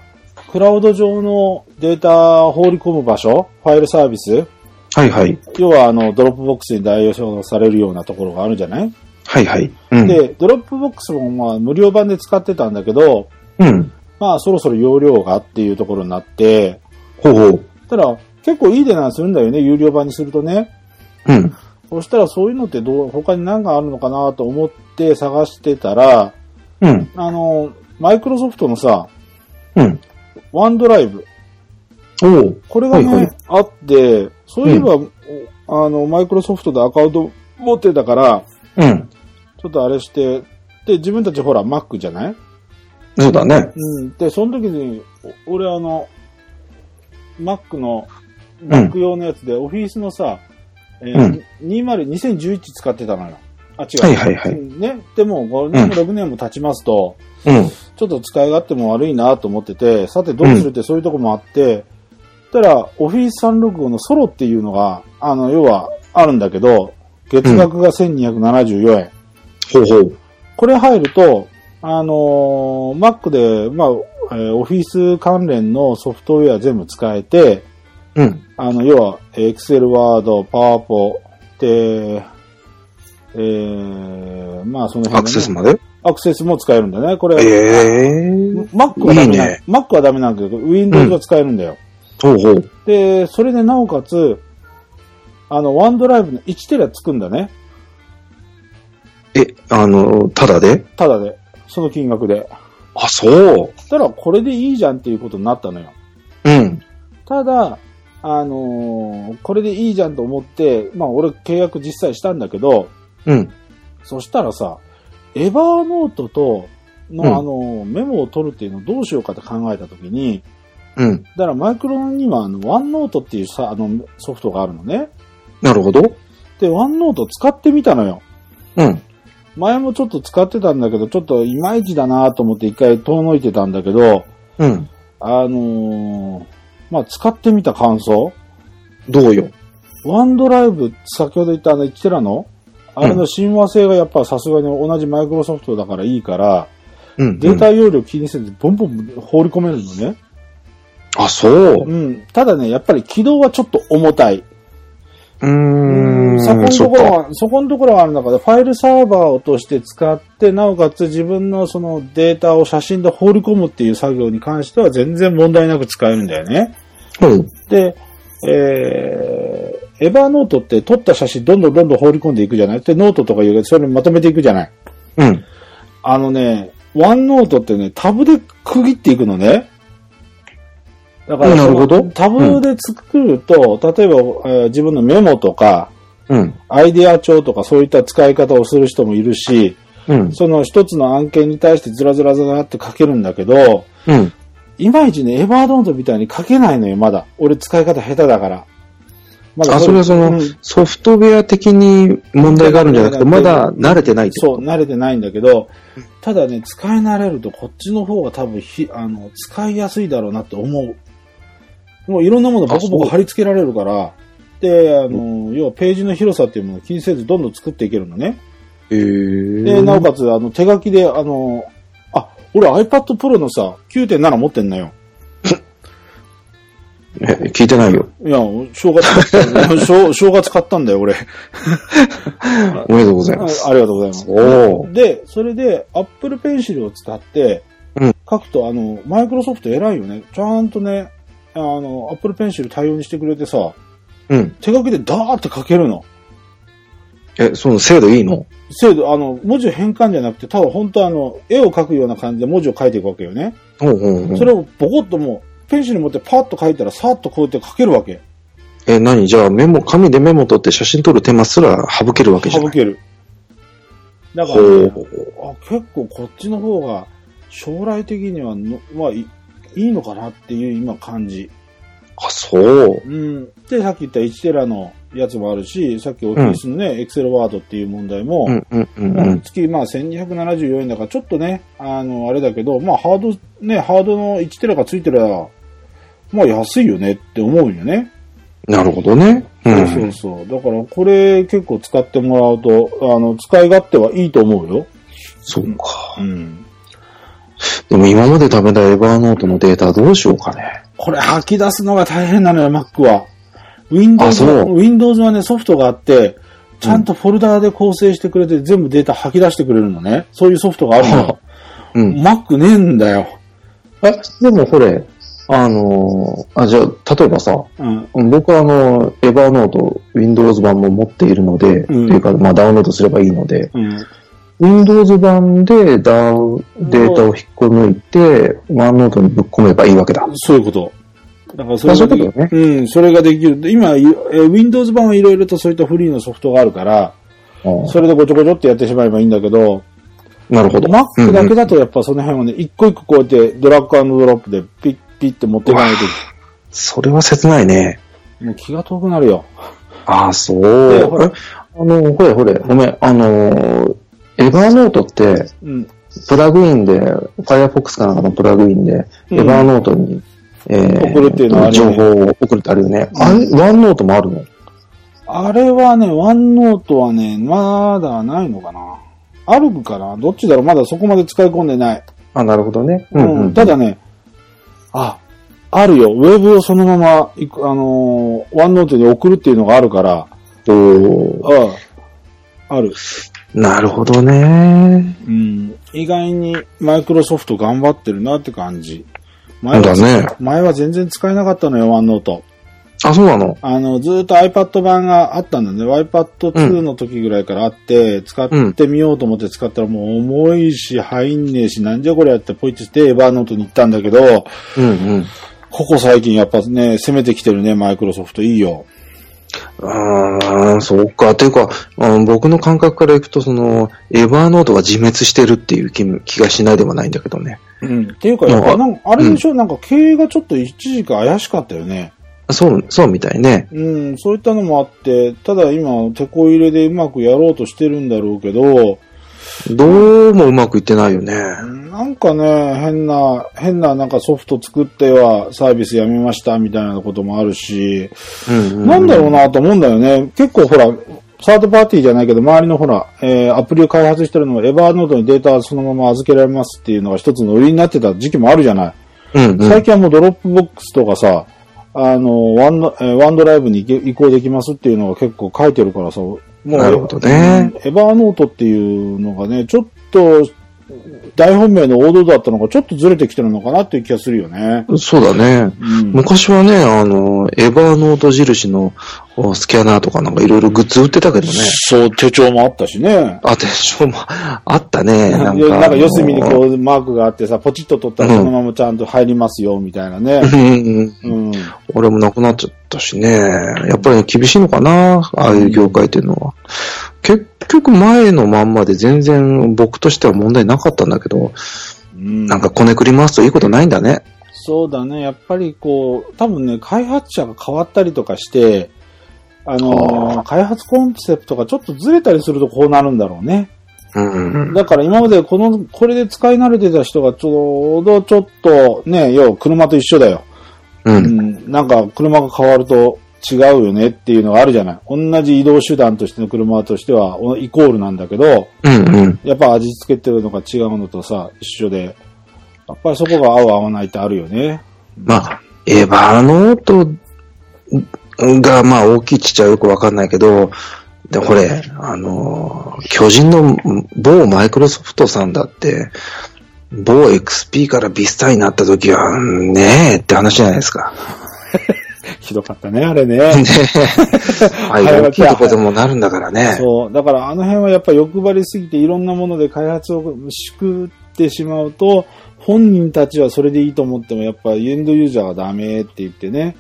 Speaker 1: クラウド上のデータ放り込む場所、ファイルサービス、
Speaker 2: はいはい。
Speaker 1: 要はあの、ドロップボックスに代用されるようなところがあるじゃない、
Speaker 2: はいはい。うん。
Speaker 1: で、ドロップボックスもまあ無料版で使ってたんだけど、
Speaker 2: うん。
Speaker 1: まあそろそろ容量がっていうところになって、
Speaker 2: ほうほう。
Speaker 1: ただ結構いい値段するんだよね、有料版にするとね。
Speaker 2: うん。
Speaker 1: そしたらそういうのってどう、他に何があるのかなと思って探してたら、
Speaker 2: うん。
Speaker 1: あの、マイクロソフトのさ、
Speaker 2: うん。
Speaker 1: ワンドライブ。
Speaker 2: おう。
Speaker 1: これがね、
Speaker 2: はいはい
Speaker 1: あって、そういえば、あの、マイクロソフトでアカウント持ってたから、
Speaker 2: うん。
Speaker 1: ちょっとあれして、で、自分たちほら、Mac じゃない
Speaker 2: そうだね。
Speaker 1: うん。で、その時に、お俺あの、Mac の、
Speaker 2: ん
Speaker 1: Mac 用のやつで、オフィスのさ、えー20、2011使ってたのよ。あ、違う。
Speaker 2: はいはいはい
Speaker 1: ね。でも、5年も6年も経ちますと、
Speaker 2: うん。
Speaker 1: ちょっと使い勝手も悪いなと思ってて、さてどうするってそういうとこもあって、たら、オフィス365のソロっていうのが、あの、要は、あるんだけど、月額が1274円。
Speaker 2: ほうほう。
Speaker 1: これ入ると、あのー Mac で、まあ、えーオフィス関連のソフトウェア全部使えて、
Speaker 2: うん。
Speaker 1: あの、要は、えー Excel、Word、PowerPo、で、えー、まあ、その辺、ね、
Speaker 2: アクセスまで
Speaker 1: アクセスも使えるんだね。これ、
Speaker 2: ええ。
Speaker 1: Mac はダメない
Speaker 2: いね
Speaker 1: Mac はダメなんだけど、Windows が使えるんだよ。
Speaker 2: ほうほう。
Speaker 1: で、それでなおかつ、あの、OneDrive の1テラつくんだね。
Speaker 2: え、あの、ただで
Speaker 1: ただで。その金額で。
Speaker 2: あ、そう。
Speaker 1: ただ、これでいいじゃんっていうことになったのよ。
Speaker 2: うん。
Speaker 1: ただ、あのーこれでいいじゃんと思って、まあ俺契約実際したんだけど、
Speaker 2: うん。
Speaker 1: そしたらさ、エバーノートとの、
Speaker 2: うん
Speaker 1: あのーメモを取るっていうのをどうしようかって考えたときに、
Speaker 2: うん。
Speaker 1: だからマイクロにはあの、ワンノートっていうさ、あの、ソフトがあるのね。
Speaker 2: なるほど。
Speaker 1: で、ワンノート使ってみたのよ。
Speaker 2: うん。
Speaker 1: 前もちょっと使ってたんだけど、ちょっといまいちだなと思って一回遠のいてたんだけど、
Speaker 2: うん。
Speaker 1: あのーまあ、使ってみた感想
Speaker 2: どうよ。
Speaker 1: ワンドライブ、先ほど言ったあの1テラの、あれの親和性がやっぱさすがに同じマイクロソフトだからいいから、
Speaker 2: うん。
Speaker 1: データ容量気にせずボンボン放り込めるのね。
Speaker 2: あ、そう。
Speaker 1: うん。ただね、やっぱり起動はちょっと重たい。
Speaker 2: うーん。
Speaker 1: そこの
Speaker 2: そ
Speaker 1: と
Speaker 2: っ
Speaker 1: ころ
Speaker 2: か。
Speaker 1: は、そこのところはある中で、ファイルサーバーをとして使って、なおかつ自分のそのデータを写真で放り込むっていう作業に関しては全然問題なく使えるんだよね。
Speaker 2: うん。
Speaker 1: で、えー、エバーノートって撮った写真どんどんどんどん放り込んでいくじゃないで、ノートとかいうそれにまとめていくじゃない
Speaker 2: うん。
Speaker 1: あのね、ワンノートってね、タブで区切っていくのね。だから
Speaker 2: な
Speaker 1: そ
Speaker 2: るほど
Speaker 1: の、タブで作ると、例えば、えー自分のメモとか、
Speaker 2: うん。
Speaker 1: アイデア帳とかそういった使い方をする人もいるし、
Speaker 2: うん。
Speaker 1: その一つの案件に対してずらずらずらって書けるんだけど、
Speaker 2: うん。
Speaker 1: いまいちね、エバーノートみたいに書けないのよ、まだ。俺使い方下手だから。ま
Speaker 2: あ、それはその
Speaker 1: うん、
Speaker 2: ソフトウェア的に問題があるんじゃなくて、
Speaker 1: 問
Speaker 2: ま
Speaker 1: 題が
Speaker 2: だ慣れてないって
Speaker 1: そう、
Speaker 2: こと
Speaker 1: 慣れてないんだけど、ただね、使い慣れるとこっちの方が多分ひ、あの、使いやすいだろうなって思う。もういろんなものボコボコ
Speaker 2: あそう
Speaker 1: 貼り付けられるから、で、あの、要はページの広さっていうものを気にせずどんどん作っていけるのね。
Speaker 2: へー
Speaker 1: で、なおかつ、あの、手書きで、あの、あ、俺 iPad Pro のさ、9.7持ってんのよ。
Speaker 2: え聞いてないよ。
Speaker 1: いや、正月買った、 正正月買ったんだよ、俺。
Speaker 2: おめでとうござい
Speaker 1: あ
Speaker 2: ます。
Speaker 1: ありがとうございます。
Speaker 2: おー
Speaker 1: で、それで Apple Pencil を使って
Speaker 2: うん
Speaker 1: 書くと、あの、マイクロソフト偉いよね。ちゃんとね、あの、Apple Pencil 対応にしてくれてさ、
Speaker 2: うん。
Speaker 1: 手書きでダーって書けるの。
Speaker 2: え、その精度いいの
Speaker 1: 精度、あの、文字変換じゃなくて、ただ本当あの、絵を描くような感じで文字を書いていくわけよね。
Speaker 2: ほうほうほう
Speaker 1: それをボコッともう、ペンシル持ってパッと書いたら、さーっとこうやって書けるわけ。
Speaker 2: え、何じゃあメモ、紙でメモ取って写真撮る手間すら省けるわけじゃ
Speaker 1: 省
Speaker 2: ない
Speaker 1: ける。だから、
Speaker 2: ほ
Speaker 1: ね
Speaker 2: う、ほう。
Speaker 1: あ結構こっちの方が将来的にはの、まあ、いいいのかなっていう今感じ。
Speaker 2: あ、そう。
Speaker 1: うん。で、さっき言った1テラのやつもあるし、さっきオフィスのね、エクセルワードっていう問題も、
Speaker 2: うんうんうん
Speaker 1: ま
Speaker 2: う
Speaker 1: あ
Speaker 2: ん。
Speaker 1: 月まあ1274円だから、ちょっとね、あの、あれだけど、まあハード、ね、ハードの1テラがついてりゃ、まあ安いよねって思うよね。
Speaker 2: なるほどね。うん。
Speaker 1: そうそうそう。だからこれ結構使ってもらうと、あの、使い勝手はいいと思うよ。
Speaker 2: そうか。
Speaker 1: うん。
Speaker 2: でも今まで食べたエヴァーノートのデータどうしようかね。
Speaker 1: これ吐き出すのが大変なのよ、Mac は。Windows
Speaker 2: あそ
Speaker 1: は、
Speaker 2: う
Speaker 1: Windows はね、ソフトがあって、ちゃんとフォルダーで構成してくれて、全部データ吐き出してくれるのね。そういうソフトがあるのよ。
Speaker 2: うん。
Speaker 1: Mac ねえんだよ。
Speaker 2: え、でもこれ、あのーあ、じゃあ、例えばさ、
Speaker 1: うん。
Speaker 2: 僕はあの、エヴァーノート、Windows 版も持っているので、
Speaker 1: うん
Speaker 2: っていうか、まあダウンロードすればいいので、
Speaker 1: うん。
Speaker 2: Windows 版でダウン、データを引っこ抜いて、ワンノートにぶっ込めばいいわけだ。
Speaker 1: そういうこと。だからそ
Speaker 2: まあ
Speaker 1: れ
Speaker 2: そう
Speaker 1: が
Speaker 2: いうこ
Speaker 1: でき
Speaker 2: とだよね。
Speaker 1: うん、それができる。で今、いえー Windows 版はいろいろとそういったフリーのソフトがあるから、
Speaker 2: うん
Speaker 1: それでごちょごちょってやってしまえばいいんだけど、
Speaker 2: なるほど。
Speaker 1: Mac だけ
Speaker 2: だ。
Speaker 1: だとやっぱその辺はね、一個一個こうやってドラッグアンドドロップでピッピッって持っていかない
Speaker 2: それは切ないね。
Speaker 1: と、もう気が遠くなるよ。
Speaker 2: ああ、そう。
Speaker 1: でほら
Speaker 2: えあの、ほれほれ、ごめん、あのー、エヴァーノートって、
Speaker 1: うん。
Speaker 2: プラグインで、Firefox かなんかのプラグインで、
Speaker 1: うん
Speaker 2: エヴァーノートに、えー
Speaker 1: 送るっていうのはあるよ
Speaker 2: 情
Speaker 1: ね
Speaker 2: 報を送るってあるよね。あれ、ワンノートもあるの
Speaker 1: あれはね、ワンノートはね、まだないのかな。あるかなどっちだろうまだそこまで使い込んでない。
Speaker 2: あ、なるほどね。う
Speaker 1: うんん。
Speaker 2: うん。
Speaker 1: ただね、あ、あるよ。ウェブをそのままいく、あのーワンノートに送るっていうのがあるから、
Speaker 2: と、
Speaker 1: ああ、ある。
Speaker 2: なるほどね。
Speaker 1: うん。意外にマイクロソフト頑張ってるなって感じ。前
Speaker 2: そう
Speaker 1: は
Speaker 2: だね。
Speaker 1: 前は全然使えなかったのよ、ワンノート。
Speaker 2: あ、そうなの
Speaker 1: あの、ずーっと iPad 版があったんだよね。iPad2 の時ぐらいからあって、使ってみようと思って使ったらもう重いし、入んねえし、なんじゃこりゃってポイってして、エヴァーノートに行ったんだけど、
Speaker 2: うんうん。
Speaker 1: ここ最近やっぱね、攻めてきてるね、マイクロソフト。いいよ。
Speaker 2: ああ、そうか。ていうか、うん僕の感覚からいくと、その、エヴァーノートが自滅してるっていう気も気がしないでもないんだけどね。
Speaker 1: うん。っていうか、やっぱなんかあれでしょ、なんか経営がちょっと一時期怪しかったよね。
Speaker 2: そう、そうみたいね。
Speaker 1: うん、そういったのもあって、ただ今、手こ入れでうまくやろうとしてるんだろうけど、
Speaker 2: どうもうまくいってないよね。
Speaker 1: なんかね、変な、変ななんかソフト作ってはサービスやめましたみたいなこともあるし、
Speaker 2: うんうん、
Speaker 1: なんだろうなと思うんだよね。結構ほら、サードパーティーじゃないけど、周りのほら、えーアプリを開発してるのは、エヴァーノートにデータそのまま預けられますっていうのが一つの売りになってた時期もあるじゃない。
Speaker 2: うんうん。
Speaker 1: 最近はもうドロップボックスとかさ、あの、ワンド、えーワンドライブに移行移行できますっていうのが結構書いてるからさ、もう、
Speaker 2: なるほどね
Speaker 1: うんエヴァーノートっていうのがね、ちょっと、大本命の王道だったのがちょっとずれてきてるのかなっていう気がするよね。
Speaker 2: そうだね。
Speaker 1: うん。
Speaker 2: 昔はね、あの、エヴァーノート印のおスキャナーとかなんかいろいろグッズ売ってたけどね。
Speaker 1: そう、手帳もあったしね。
Speaker 2: あ、でしょ、まあ、あったね。
Speaker 1: な
Speaker 2: なんん
Speaker 1: か、
Speaker 2: か。
Speaker 1: なんか四隅に
Speaker 2: あ
Speaker 1: こ
Speaker 2: の
Speaker 1: うマークがあってさ、ポチッと取ったら
Speaker 2: うん
Speaker 1: そのままちゃんと入りますよ、みたいなね。
Speaker 2: うんうんうん。
Speaker 1: うん。
Speaker 2: 俺もなくなっちゃったしね。やっぱりね厳しいのかなああいう業界っていうのは。結局前のまんまで全然僕としては問題なかったんだけど、
Speaker 1: うん
Speaker 2: なんかこねくり回すといいことないんだね。
Speaker 1: そうだね。やっぱりこう、多分ね、開発者が変わったりとかして、あのー開発コンセプトがちょっとずれたりするとこうなるんだろうね。
Speaker 2: うん。
Speaker 1: だから今までこの、これで使い慣れてた人がちょうどちょっと、ね、要は車と一緒だよ。
Speaker 2: う。
Speaker 1: うんん。なんか車が変わると違うよねっていうのがあるじゃない。同じ移動手段としての車としてはおイコールなんだけど、
Speaker 2: うんうん。
Speaker 1: やっぱ味付けっていうのが違うのとさ、一緒で、やっぱりそこが合う合わないってあるよ ね。
Speaker 2: まあ、エヴァノートが、まあ、大きいちっちゃいよくわかんないけど、で、これ、あのー、巨人の某マイクロソフトさんだって、某 XP からビスタになった時は、ねえって話じゃないですか。
Speaker 1: ひどかったね、あれね。
Speaker 2: ああいう大きいとこでもなるんだからね。
Speaker 1: そう。だからあの辺はやっぱ欲張りすぎていろんなもので開発をしくってしまうと、本人たちはそれでいいと思ってもやっぱエンドユーザーはダメって言ってね。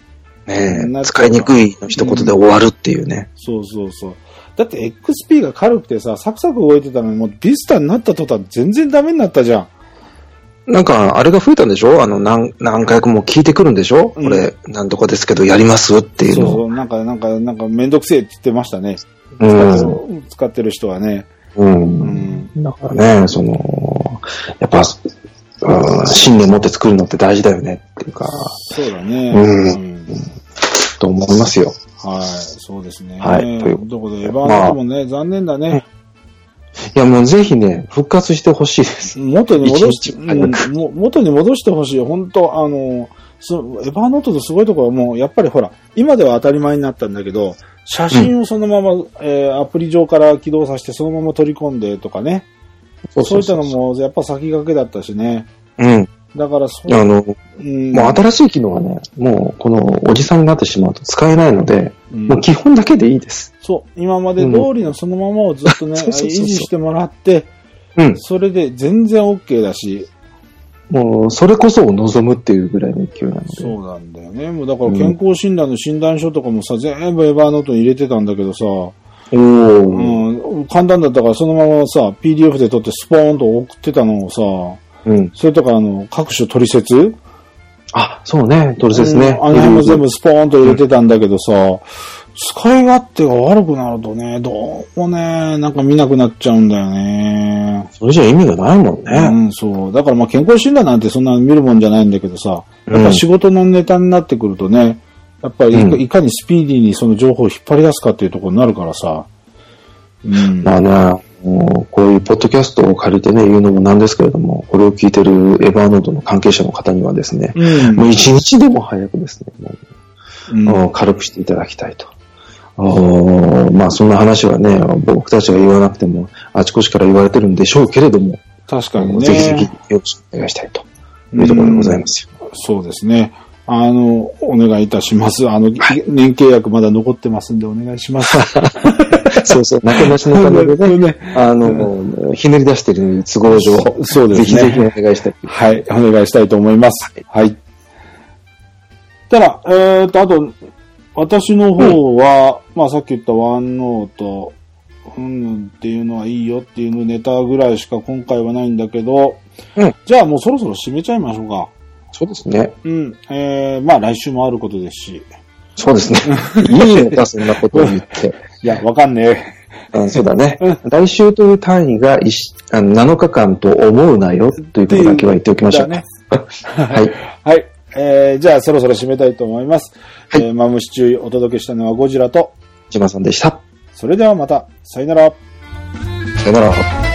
Speaker 1: な
Speaker 2: ねえ
Speaker 1: んか
Speaker 2: 使いにくいの一言で終わるっていうね。
Speaker 1: そうそうそう。だって XP が軽くてさ、サクサク動いてたのにもうビスタになった途端全然ダメになったじゃん。
Speaker 2: なんか、あれが増えたんでしょあの、何、何回も聞いてくるんでしょこれ、なんとかですけど、やりますっていう
Speaker 1: そう
Speaker 2: の
Speaker 1: そ
Speaker 2: を。
Speaker 1: う、なんか、なんか、なんか、めんどくせえって言ってましたね。
Speaker 2: うん。
Speaker 1: 使ってる人はね。
Speaker 2: う。
Speaker 1: うんん。
Speaker 2: だからね、その、やっぱ、うん、信念持って作るのって大事だよねっていうか、
Speaker 1: そうだね。
Speaker 2: うん
Speaker 1: ん
Speaker 2: と思いますよ。
Speaker 1: はい、そうですね。
Speaker 2: はい
Speaker 1: と
Speaker 2: と
Speaker 1: い
Speaker 2: いうう
Speaker 1: ことで、エヴァーナイトもね、残念だね。
Speaker 2: いや、もうぜひね、復活してほしいです。
Speaker 1: 元に戻し、
Speaker 2: 一日
Speaker 1: う
Speaker 2: も早く
Speaker 1: ん、も元に戻してほしい。本当あの、そうエヴァーノートのすごいところはもう、やっぱりほら、今では当たり前になったんだけど、写真をそのまま、えーアプリ上から起動させて、そのまま取り込んでとかね。
Speaker 2: そ
Speaker 1: そういったの。も、やっぱ先駆けだったしね。
Speaker 2: うん。
Speaker 1: だから、そう、
Speaker 2: あの、も
Speaker 1: うん
Speaker 2: う新しい機能はね、もうこのおじさんになってしまうと使えないので、
Speaker 1: うん
Speaker 2: もう基本だけでいいです。
Speaker 1: そう、今まで通りのそのままをずっとね、
Speaker 2: うんそうそうそうそう
Speaker 1: 維持してもらって、
Speaker 2: うん。
Speaker 1: それで全然 OK だし、
Speaker 2: もう、それこそを望むっていうぐらいの勢いなので。
Speaker 1: そうなんだよね。もうだから健康診断の診断書とかもさ、全部エヴァーノートに入れてたんだけどさ、
Speaker 2: お
Speaker 1: う
Speaker 2: ー。
Speaker 1: ん、簡単だったからそのままさ、PDF で撮ってスポーンと送ってたのをさ、
Speaker 2: うん。
Speaker 1: それとかあの、各種取説
Speaker 2: あ、そうね、トルセスね。
Speaker 1: うんあの辺も全部スポーンと入れてたんだけどさ、使い勝手が悪くなるとね、どうもね、なんか見なくなっちゃうんだよね。
Speaker 2: それじゃ意味がないもん
Speaker 1: う
Speaker 2: ね。
Speaker 1: ん、そう。だからまあ健康診断なんてそんな見るもんじゃないんだけどさ、やっぱ仕事のネタになってくるとね、やっぱりいか,、
Speaker 2: うん
Speaker 1: にスピーディーにその情報を引っ張り出すかっていうところになるからさ、うん。
Speaker 2: まあね、もうこういうポッドキャストを借りてね、言うのもなんですけれども、これを聞いてるエヴァーノートの関係者の方にはですね、
Speaker 1: うん
Speaker 2: もう一日でも早くですね、もう
Speaker 1: うん
Speaker 2: あの軽くしていただきたいと。あのまあそんな話はね、僕たちが言わなくても、あちこちから言われてるんでしょうけれども、
Speaker 1: 確かに
Speaker 2: もう
Speaker 1: ね。
Speaker 2: ぜひぜひよろしくお願いしたいというところでございますよ。
Speaker 1: そうですね。あの、お願いいたします。あの、年契約まだ残ってますんでお願いし ます。
Speaker 2: そうそう、なけなしのため でね、
Speaker 1: ね
Speaker 2: あの、ひねり出してる都合上、
Speaker 1: そうですね
Speaker 2: ぜひぜひお願いしたい。
Speaker 1: はい、お願いしたいと思います。はい。たら、えーと、あと、私の方は、まあさっき言ったワンノート、うん、っていうのはいいよっていうネタぐらいしか今回はないんだけど、
Speaker 2: うん
Speaker 1: じゃあもうそろそろ締めちゃいましょうか。
Speaker 2: そうですね。
Speaker 1: うん。えー、まあ来週もあることですし。
Speaker 2: そう ですね。いいのか、そんなことを言 って。
Speaker 1: いや、わかんね
Speaker 2: うん、そうだね。来週という単位が一あの7日間と思うなよということだけは言っておき
Speaker 1: え。
Speaker 2: ましょ
Speaker 1: だ
Speaker 2: う。
Speaker 1: ね。
Speaker 2: はい。
Speaker 1: はい。えー、じゃあそろそろ締めたいと思います。
Speaker 2: はい
Speaker 1: えー、マムシ注意お届けしたのはゴジラと、
Speaker 2: 島さんでした。
Speaker 1: それではまた、さよなら。
Speaker 2: さよなら。